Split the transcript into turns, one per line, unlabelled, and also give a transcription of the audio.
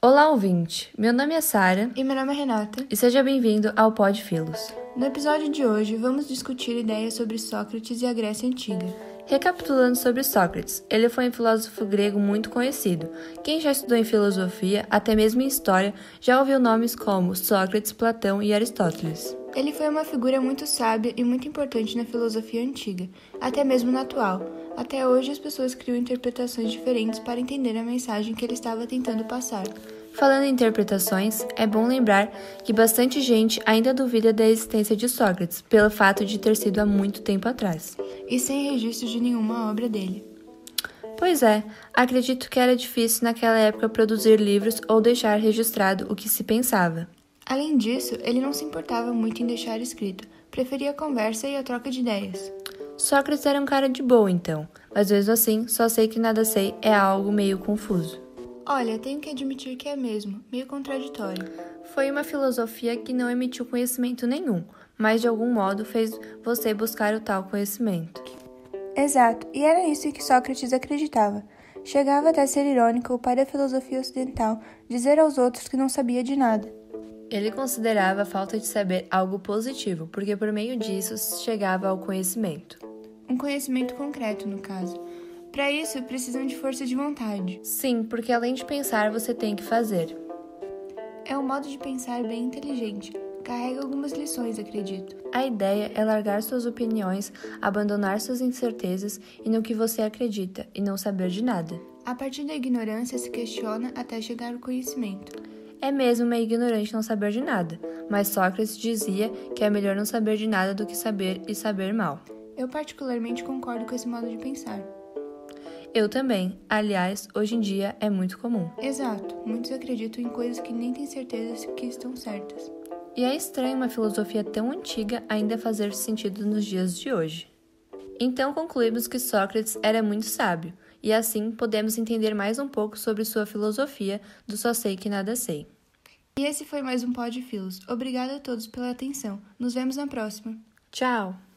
Olá, ouvinte! Meu nome é Sara
E meu nome é Renata.
e seja bem-vindo ao Pod Filos.
No episódio de hoje, vamos discutir ideias sobre Sócrates e a Grécia Antiga.
Recapitulando sobre Sócrates, ele foi um filósofo grego muito conhecido. Quem já estudou em filosofia, até mesmo em história, já ouviu nomes como Sócrates, Platão e Aristóteles.
Ele foi uma figura muito sábia e muito importante na filosofia antiga, até mesmo na atual. Até hoje, as pessoas criam interpretações diferentes para entender a mensagem que ele estava tentando passar.
Falando em interpretações, é bom lembrar que bastante gente ainda duvida da existência de Sócrates, pelo fato de ter sido há muito tempo atrás.
E sem registro de nenhuma obra dele.
Pois é, acredito que era difícil naquela época produzir livros ou deixar registrado o que se pensava.
Além disso, ele não se importava muito em deixar escrito, preferia a conversa e a troca de ideias.
Sócrates era um cara de boa então, mas mesmo assim, só sei que nada sei é algo meio confuso.
Olha, tenho que admitir que é mesmo, meio contraditório.
Foi uma filosofia que não emitiu conhecimento nenhum, mas de algum modo fez você buscar o tal conhecimento.
Exato, e era isso que Sócrates acreditava. Chegava até a ser irônico o pai da filosofia ocidental dizer aos outros que não sabia de nada.
Ele considerava a falta de saber algo positivo, porque por meio disso se chegava ao conhecimento.
Um conhecimento concreto, no caso. Para isso, precisam de força de vontade.
Sim, porque além de pensar, você tem que fazer.
É um modo de pensar bem inteligente. Carrega algumas lições, acredito.
A ideia é largar suas opiniões, abandonar suas incertezas e no que você acredita e não saber de nada.
A partir da ignorância se questiona até chegar ao conhecimento.
É mesmo uma ignorante não saber de nada, mas Sócrates dizia que é melhor não saber de nada do que saber e saber mal.
Eu particularmente concordo com esse modo de pensar.
Eu também, aliás, hoje em dia é muito comum.
Exato, muitos acreditam em coisas que nem têm certeza que estão certas.
E é estranho uma filosofia tão antiga ainda fazer sentido nos dias de hoje. Então concluímos que Sócrates era muito sábio, e assim podemos entender mais um pouco sobre sua filosofia do só sei que nada sei.
E esse foi mais um Pod Filos. Obrigada a todos pela atenção. Nos vemos na próxima.
Tchau!